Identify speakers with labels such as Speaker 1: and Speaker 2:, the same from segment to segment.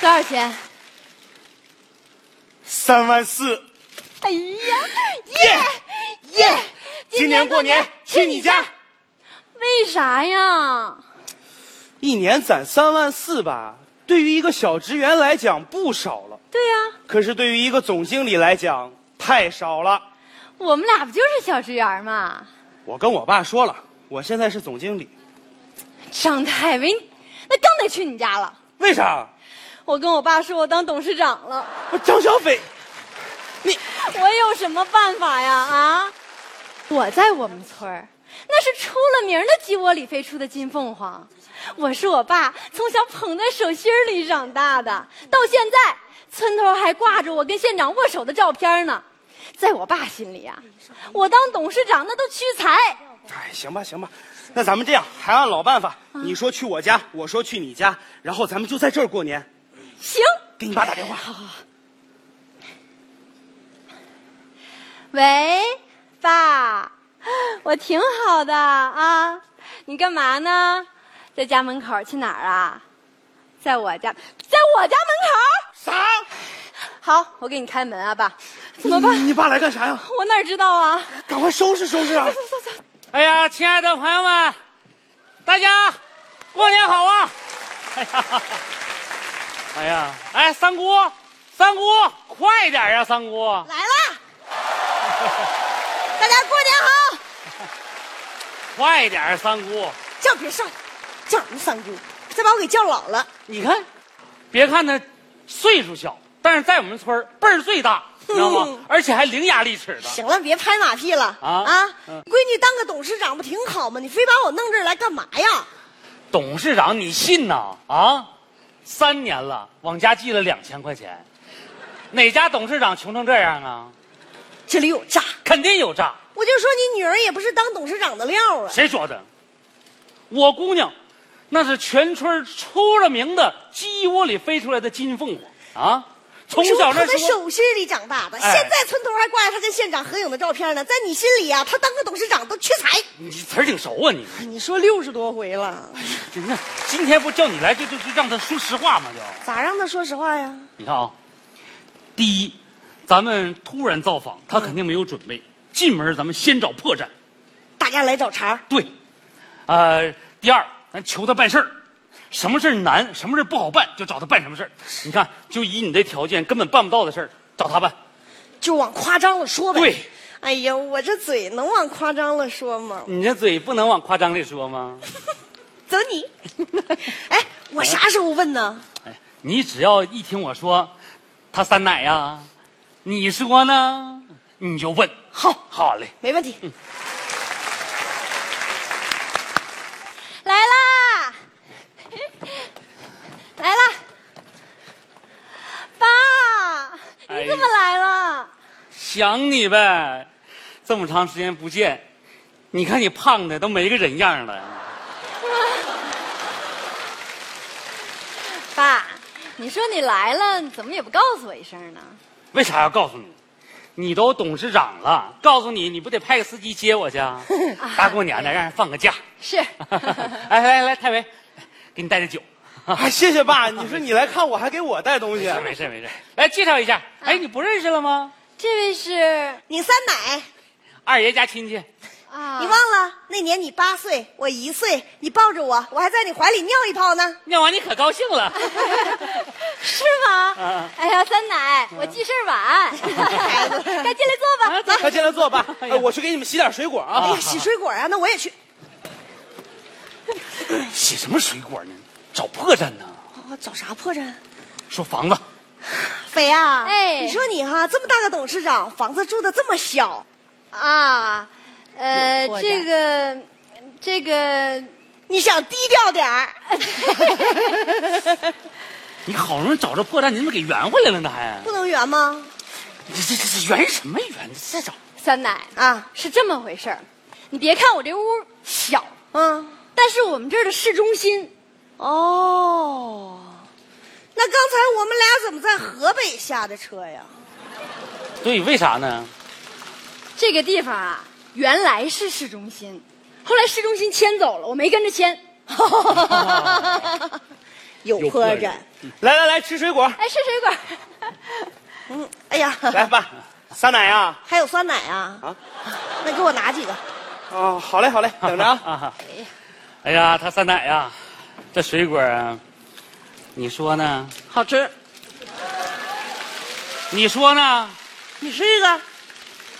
Speaker 1: 多少钱？
Speaker 2: 三万四。
Speaker 1: 哎呀，
Speaker 2: 耶
Speaker 1: 耶！
Speaker 2: 今年过年去你家。
Speaker 1: 为啥呀？
Speaker 2: 一年攒三万四吧，对于一个小职员来讲不少了，
Speaker 1: 对呀、
Speaker 2: 可是对于一个总经理来讲太少了。
Speaker 1: 我们俩不就是小职员嘛？
Speaker 2: 我跟我爸说了，我现在是总经理，
Speaker 1: 张太为，那更得去你家了。
Speaker 2: 为啥？
Speaker 1: 我跟我爸说，我当董事长了，
Speaker 2: 我张小斐，你
Speaker 1: 我有什么办法呀？啊！我在我们村儿，那是出了名儿的鸡窝里飞出的金凤凰。我是我爸从小捧在手心儿里长大的，到现在村头还挂着我跟县长握手的照片呢。在我爸心里啊，我当董事长那都屈才。
Speaker 2: 哎，行吧，行吧，那咱们这样，还按老办法，
Speaker 1: 嗯
Speaker 2: 你说去我家，我说去你家，然后咱们就在这儿过年。
Speaker 1: 行，
Speaker 2: 给你爸打电话，
Speaker 1: 哎喂，爸，我挺好的啊，你干嘛呢？在家门口去哪儿啊？在我家，在我家门
Speaker 2: 啥？
Speaker 1: 口。好，我给你开门啊，爸。怎么办？
Speaker 2: 你你爸来干啥呀？
Speaker 1: 我哪知道啊？
Speaker 2: 赶快收拾收 拾啊！
Speaker 3: 哎呀，亲爱的朋友们，大家过年好啊！ 哎呀，哎呀，哎，三姑，三姑，快点呀、三姑！
Speaker 1: 来啦！大家过年好！
Speaker 3: 快点儿，三姑！
Speaker 4: 叫别上，叫什么三姑？再把我给叫老了。
Speaker 3: 你看，别看他岁数小，但是在我们村儿辈儿最大，你知道吗？
Speaker 4: 嗯
Speaker 3: 而且还伶牙俐齿的。
Speaker 4: 行了，别拍马屁了
Speaker 3: 啊嗯
Speaker 4: 闺女当个董事长不挺好吗？你非把我弄这儿来干嘛呀？
Speaker 3: 董事长，你信呐？啊，三年了，往家寄了两千块钱，哪家董事长穷成这样啊？
Speaker 4: 这里有诈！
Speaker 3: 肯定有诈。
Speaker 4: 我就说你女儿也不是当董事长的料啊！
Speaker 3: 谁说的？我姑娘，那是全村出了名的鸡窝里飞出来的金凤凰啊！从小那
Speaker 4: 她在
Speaker 3: 时候，
Speaker 4: 手心里长大的，
Speaker 3: 哎
Speaker 4: 现在村头还挂着她跟县长合影的照片呢。在你心里啊，她当个董事长都屈才。
Speaker 3: 你词儿挺熟啊你！
Speaker 4: 你说六十多回了，
Speaker 3: 真的，今天不叫你来就就就让他说实话嘛就。
Speaker 4: 咋让她说实话呀？
Speaker 3: 你看啊，第一，咱们突然造访，他肯定没有准备，进门咱们先找破绽。
Speaker 4: 大家来找茬儿，
Speaker 3: 对，呃，第二，咱求他办事儿，什么事儿难，什么事儿不好办，就找他办什么事儿。你看，就以你的条件根本办不到的事儿，找他办。
Speaker 4: 就往夸张了说呗。
Speaker 3: 对，
Speaker 4: 哎呀，我这嘴能往夸张了说吗？
Speaker 3: 你这嘴不能往夸张里说吗？
Speaker 4: 走你！哎，我啥时候问呢？
Speaker 3: 哎，你只要一听我说，他三奶呀，你说呢？你就问。好，好嘞。
Speaker 4: 没问题。
Speaker 1: 来啦！来啦！爸，你怎么来了？
Speaker 3: 想你呗，这么长时间不见，你看你胖的都没个人样了。
Speaker 1: 爸，你说你来了，怎么也不告诉我一声呢？
Speaker 3: 为啥要告诉你？你都董事长了，告诉你你不得派个司机接我去啊？大过年的让人放个假。
Speaker 1: 是
Speaker 3: 来来来，太维，给你带着酒。
Speaker 2: 哎，谢谢爸，你说你来看我还给我带东西，
Speaker 3: 哎没事没事，来介绍一下。哎，你不认识了吗？
Speaker 1: 这位是
Speaker 4: 你三奶，
Speaker 3: 二爷家亲戚。
Speaker 1: 啊，
Speaker 4: 你忘了那年你八岁，我一岁，你抱着我，我还在你怀里尿一泡呢。
Speaker 3: 尿完你可高兴了。
Speaker 1: 是吗？
Speaker 3: 啊
Speaker 1: 哎呀，三奶，我记事儿 晚，该进来坐吧。
Speaker 2: 快进来坐吧，哎
Speaker 3: 哎呀
Speaker 2: 我去给你们洗点水果啊。
Speaker 4: 哎呀，洗水果啊，那我也去。
Speaker 3: 洗什么水果呢？找破绽呢？
Speaker 4: 哦，找啥破绽？
Speaker 3: 说房子，
Speaker 4: 肥呀、
Speaker 1: 哎
Speaker 4: 你说你哈这么大个董事长，房子住的这么小，
Speaker 1: 啊，呃
Speaker 4: 有，错的
Speaker 1: 这个，这个，
Speaker 4: 你想低调点儿？
Speaker 3: 你好容易找着破绽，你怎么给圆回来了呢？还
Speaker 4: 不能圆吗？
Speaker 3: 这这这这圆什么圆？再找
Speaker 1: 三奶
Speaker 4: 啊，
Speaker 1: 是这么回事儿。你别看我这屋小，
Speaker 4: 嗯，
Speaker 1: 但是我们这儿的市中心，
Speaker 4: 哦，那刚才我们俩怎么在河北下的车呀？
Speaker 3: 对，为啥呢？
Speaker 1: 这个地方啊，原来是市中 哎心，后来市中心迁走了，我没跟着迁。
Speaker 4: 有
Speaker 3: 有
Speaker 4: 喝
Speaker 3: 客
Speaker 4: 着
Speaker 3: 人。
Speaker 2: 来来来，吃水果，
Speaker 1: 哎，吃水果。
Speaker 4: 嗯，哎呀，
Speaker 2: 来爸，酸奶啊！
Speaker 4: 还有酸奶啊？
Speaker 2: 啊，
Speaker 4: 那给我拿几个。
Speaker 2: 哦，好嘞好嘞，等着 啊！
Speaker 3: 啊！哎呀，他酸奶呀，这水果啊，你说呢？
Speaker 4: 好吃。
Speaker 3: 你说呢？
Speaker 4: 你吃一个，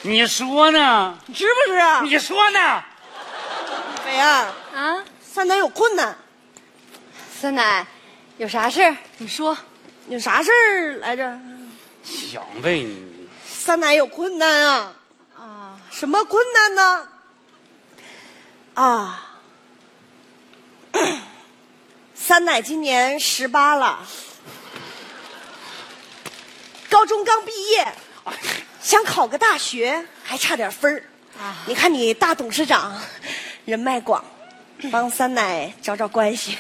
Speaker 3: 你说呢？
Speaker 4: 你吃不吃啊？
Speaker 3: 你说呢？
Speaker 4: 美呀，
Speaker 1: 啊，
Speaker 4: 酸奶有困难，
Speaker 1: 酸奶，有啥事儿你说。
Speaker 4: 有啥事儿来着？
Speaker 3: 想呗你。
Speaker 4: 酸奶有困难啊？
Speaker 1: 啊，
Speaker 4: 什么困难呢？ 啊，酸奶今年十八了，高中刚毕业，想考个大学，还差点分儿。
Speaker 1: 啊
Speaker 4: 你看你大董事长，人脉 广，帮酸奶找找关系。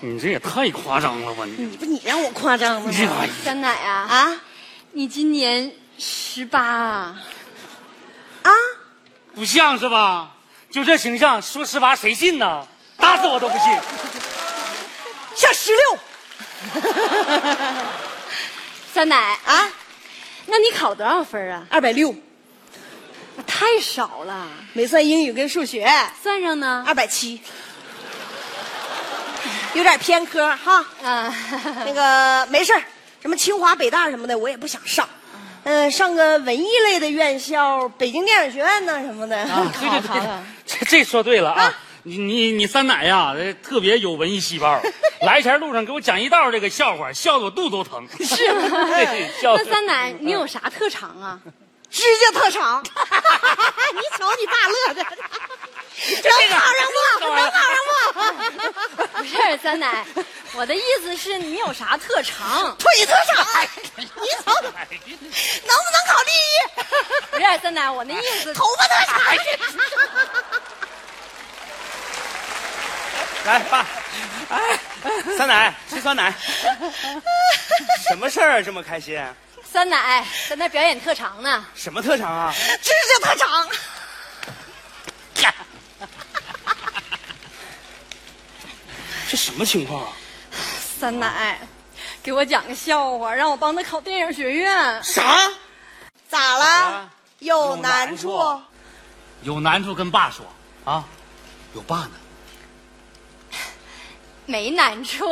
Speaker 3: 你这也太夸张了吧你！
Speaker 4: 你不你让我夸张的吗？
Speaker 3: 哎
Speaker 1: 酸奶啊，
Speaker 4: 啊
Speaker 1: 你今年十八啊？
Speaker 4: 啊！
Speaker 3: 不像是吧？就这形象，说实话谁信呢？打死我都不信。
Speaker 4: 像石榴
Speaker 1: 酸奶，
Speaker 4: 啊，
Speaker 1: 那你考多少分儿啊？
Speaker 4: 二百六，
Speaker 1: 太少了，
Speaker 4: 没算英语跟数学。
Speaker 1: 算上呢？
Speaker 4: 二百七，有点偏科 哈。
Speaker 1: 啊，
Speaker 4: 那个没事儿什么清华、北大什么的，我也不想上。嗯、上个文艺类的院校，北京电影学院呐什么的。
Speaker 3: 啊， 对对对，这这说对了啊
Speaker 4: 啊！
Speaker 3: 你你你酸奶呀，这特别有文艺细胞。来前路上给我讲一道这个笑话，笑得我肚子都疼。
Speaker 1: 是吗？
Speaker 3: 对，笑
Speaker 1: 那
Speaker 3: 死。
Speaker 1: 酸奶，你有啥特长 啊？
Speaker 4: 指甲特长， 你瞅你爸乐的，能考上不？能考上不？
Speaker 1: 不是酸奶，我的意思是你有啥特长？
Speaker 4: 腿特长，哎你瞅能不能考第一？
Speaker 1: 不是酸奶，我那意思
Speaker 4: 头发特长，
Speaker 2: 来爸，哎，酸奶吃酸奶，什么事儿啊这么开心？
Speaker 1: 酸奶在那表演特长呢。
Speaker 2: 什么特长啊？
Speaker 4: 指甲特长。
Speaker 2: 这什么情况啊？
Speaker 1: 酸奶，给我讲个笑话，让我帮他考电影学院。
Speaker 2: 啥？
Speaker 4: 咋了
Speaker 3: 啊？
Speaker 4: 有
Speaker 3: 有
Speaker 4: 难
Speaker 3: 难
Speaker 4: 处
Speaker 3: 处？有难处跟爸说啊，有爸呢。
Speaker 1: 没难处，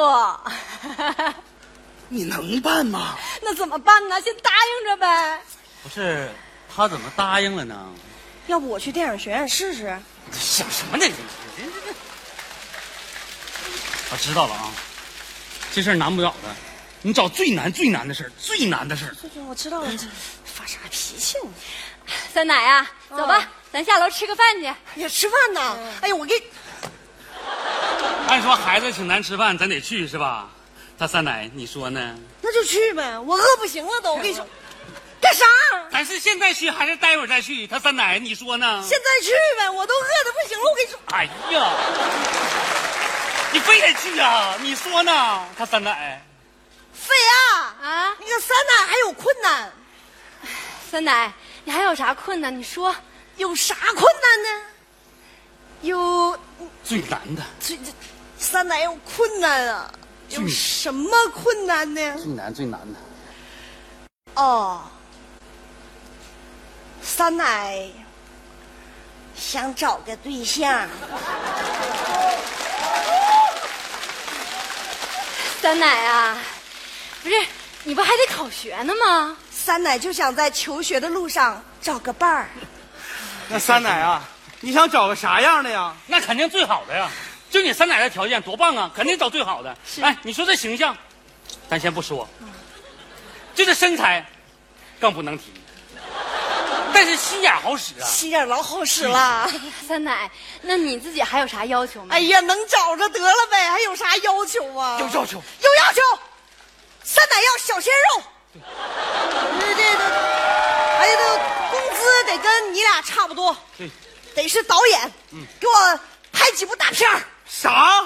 Speaker 2: 你能办吗？
Speaker 1: 那怎么办呢？先答应着呗。
Speaker 3: 不是，他怎么答应了呢？
Speaker 4: 要不我去电影学院试试？
Speaker 3: 想什么呢？你这这这我知道了啊，这事儿难不了的，你找最难最难的事儿，最难的事儿。
Speaker 4: 这这我知道了，哎发啥脾气呢？
Speaker 1: 酸奶啊，走吧，咱下楼吃个饭去。
Speaker 4: 也吃饭呢。哎呀，我给
Speaker 3: 按说孩子请咱吃饭，咱得去是吧？他三奶，你说呢？
Speaker 4: 那就去呗，我饿不行了哎都。我跟你说，干啥？
Speaker 3: 咱是现在去还是待会儿再去？他三奶，你说呢？
Speaker 4: 现在去呗，我都饿的不行了。我跟你说，
Speaker 3: 哎呀，你非得去啊？你说呢？他三奶，
Speaker 4: 菲啊，
Speaker 1: 啊，
Speaker 4: 那个酸奶还有困难，
Speaker 1: 酸奶，你还有啥困难？你说，
Speaker 4: 有啥困难呢？有
Speaker 3: 最难的，
Speaker 4: 这这酸奶有困难啊？有什么困难呢？
Speaker 3: 最难最难的，
Speaker 4: 哦，酸奶想找个对象，
Speaker 1: 酸奶啊，不是，你不还得考学呢 吗？
Speaker 4: 酸奶就想在求学的路上找个伴儿。
Speaker 2: 那酸奶啊，你想找个啥样的呀？
Speaker 3: 那肯定最好的呀。就你三奶的条件多棒啊，肯定找最好的。哎，你说这形象，咱先不说，就这身材，更不能提。但是心眼好使啊，
Speaker 4: 心眼老好使了。
Speaker 1: 酸奶，那你自己还有啥要求吗？
Speaker 4: 哎，呀，能找着得了呗，还有啥要求啊？
Speaker 2: 有要求，
Speaker 4: 有要求，酸奶要小鲜肉。这这这，哎呀，这工资得跟你俩差不多，
Speaker 3: 对，嗯
Speaker 4: 得是导演，给我拍几部大片儿。
Speaker 2: 啥？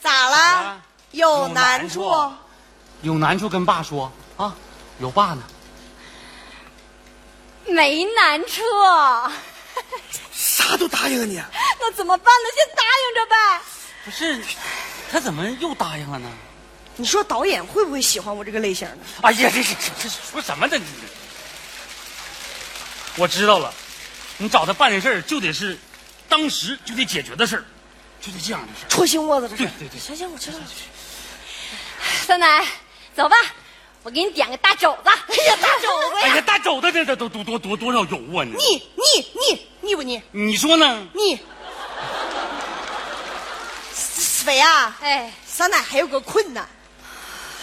Speaker 4: 咋了？
Speaker 3: 啊
Speaker 4: 有
Speaker 3: 有难
Speaker 4: 难
Speaker 3: 处有难处跟爸说啊，有爸呢。
Speaker 1: 没难处，
Speaker 2: 啥都答应啊你？
Speaker 1: 那怎么办呢？先答应着呗。
Speaker 3: 不是，他怎么又答应了呢？
Speaker 4: 你说导演会不会喜欢我这个类型呢？
Speaker 3: 哎呀，这这这这说什么呢？你我知道了，你找他办这事儿就得是当时就得解决的事儿，就得这样的事儿。
Speaker 4: 戳心窝子这是。
Speaker 3: 对对对
Speaker 4: 行行，我知道了。
Speaker 1: 三奶，走吧，我给你点个大肘子。哎呀，大肘子
Speaker 3: 哎呀，大肘子这这都多多多多少油啊你！
Speaker 4: 腻腻腻腻不腻？
Speaker 3: 你说呢？
Speaker 4: 腻。肥啊，
Speaker 1: 哎，
Speaker 4: 三奶还有个困难，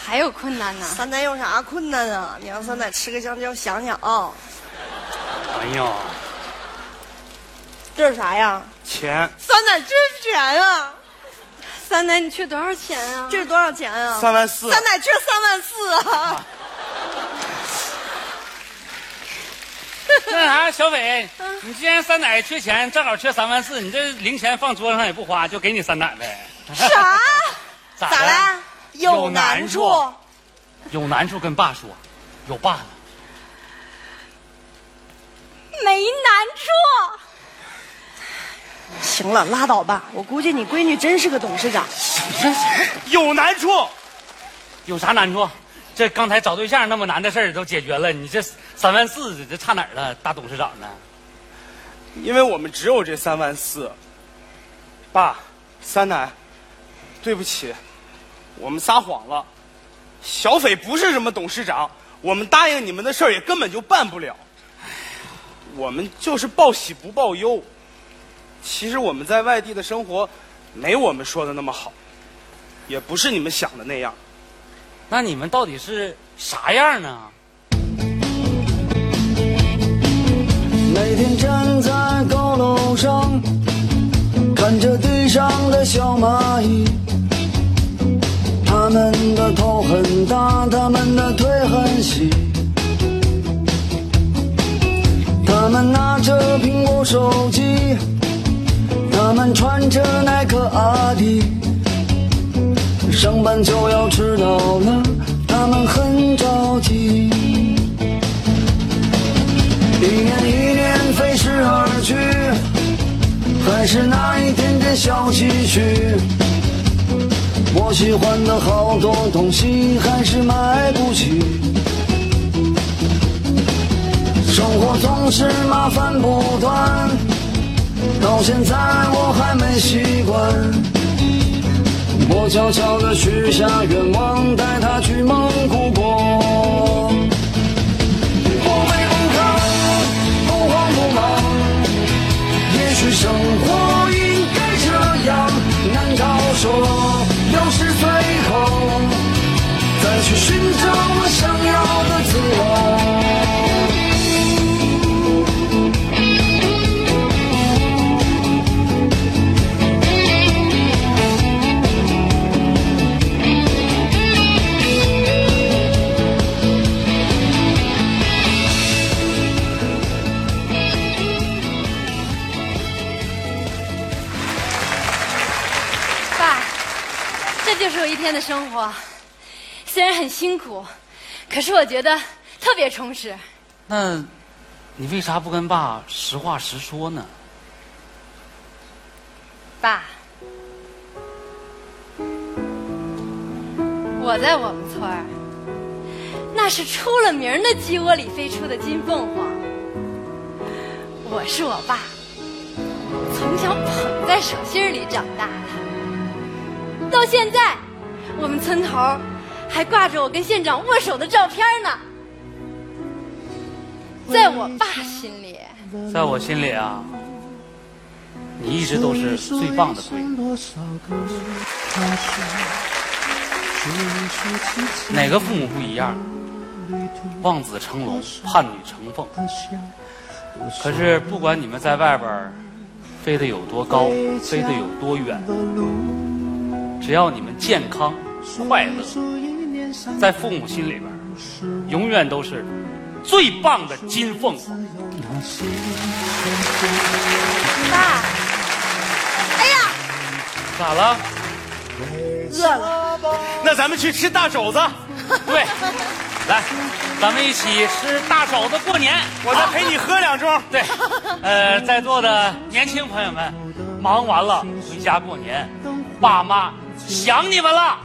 Speaker 1: 还有困难呢。
Speaker 4: 三奶有啥困难啊？你让三奶吃个香蕉，想想啊，
Speaker 3: 哎呀，
Speaker 4: 这是啥呀？
Speaker 2: 钱
Speaker 4: 三奶这是钱啊？
Speaker 1: 三奶，你缺多少钱啊？
Speaker 4: 这是多少钱啊？
Speaker 2: 三万四，
Speaker 4: 三奶这三万四啊！
Speaker 3: 那啥，小斐，你既然三奶缺钱，正好缺三万四，你这零钱放桌上也不花，就给你三奶呗。
Speaker 4: 啥？
Speaker 3: 啊 咋
Speaker 4: 啊咋了？
Speaker 3: 有
Speaker 4: 难
Speaker 3: 难处有难处跟爸说，有爸呢。
Speaker 1: 没难处。
Speaker 4: 行了，拉倒吧。我估计你闺女真是个董事长。
Speaker 2: 有难处，
Speaker 3: 有啥难处？这刚才找对象那么难的事儿都解决了，你这三万四这差哪儿了？大董事长呢？
Speaker 2: 因为我们只有这三万四。爸，三奶，对不起，我们撒谎了。小斐不是什么董事长，我们答应你们的事儿也根本就办不了。我们就是报喜不报忧。其实我们在外地的生活，没我们说的那么好，也不是你们想的那样。
Speaker 3: 那你们到底是啥样呢？
Speaker 5: 每天站在高楼上，看着地上的小蚂蚁，它们的头很大，它们的腿很细，它们拿着苹果手机，它们穿着耐克阿迪，上班就要迟到了，它们很着急。一年一年飞逝而去，还是那一点点小期许。我喜欢的好多东西还是买不起，生活总是麻烦不断，到现在我还没习惯。我悄悄地许下愿望，带她去蒙古国。不卑不亢，不慌不忙。也许生活应该这样，难道说六十岁后再去寻找我想要的自我？
Speaker 1: 爸，这就是我一天的生活，虽然很辛苦，可是我觉得特别充实。
Speaker 3: 那，你为啥不跟爸实话实说呢？
Speaker 1: 爸，我在我们村儿，那是出了名儿的鸡窝里飞出的金凤凰。我是我爸，从小捧在手心里长大的，到现在，我们村头儿还挂着我跟县长握手的照片呢。在我爸心里，
Speaker 3: 在我心里啊，你一直都是最棒的闺女。哪个父母不一样？望子成龙，盼女成凤。可是不管你们在外边儿飞得有多高，飞得有多远，只要你们健康快乐，在父母心里边儿，永远都是最棒的金凤凰。
Speaker 1: 爸，
Speaker 3: 咋了？
Speaker 4: 饿了，
Speaker 2: 那咱们去吃大肘子，
Speaker 3: 对，来，咱们一起吃大肘子过年。啊
Speaker 2: 我再陪你喝两盅。
Speaker 3: 对，呃，在座的年轻朋友们，忙完了回家过年，爸妈想你们了。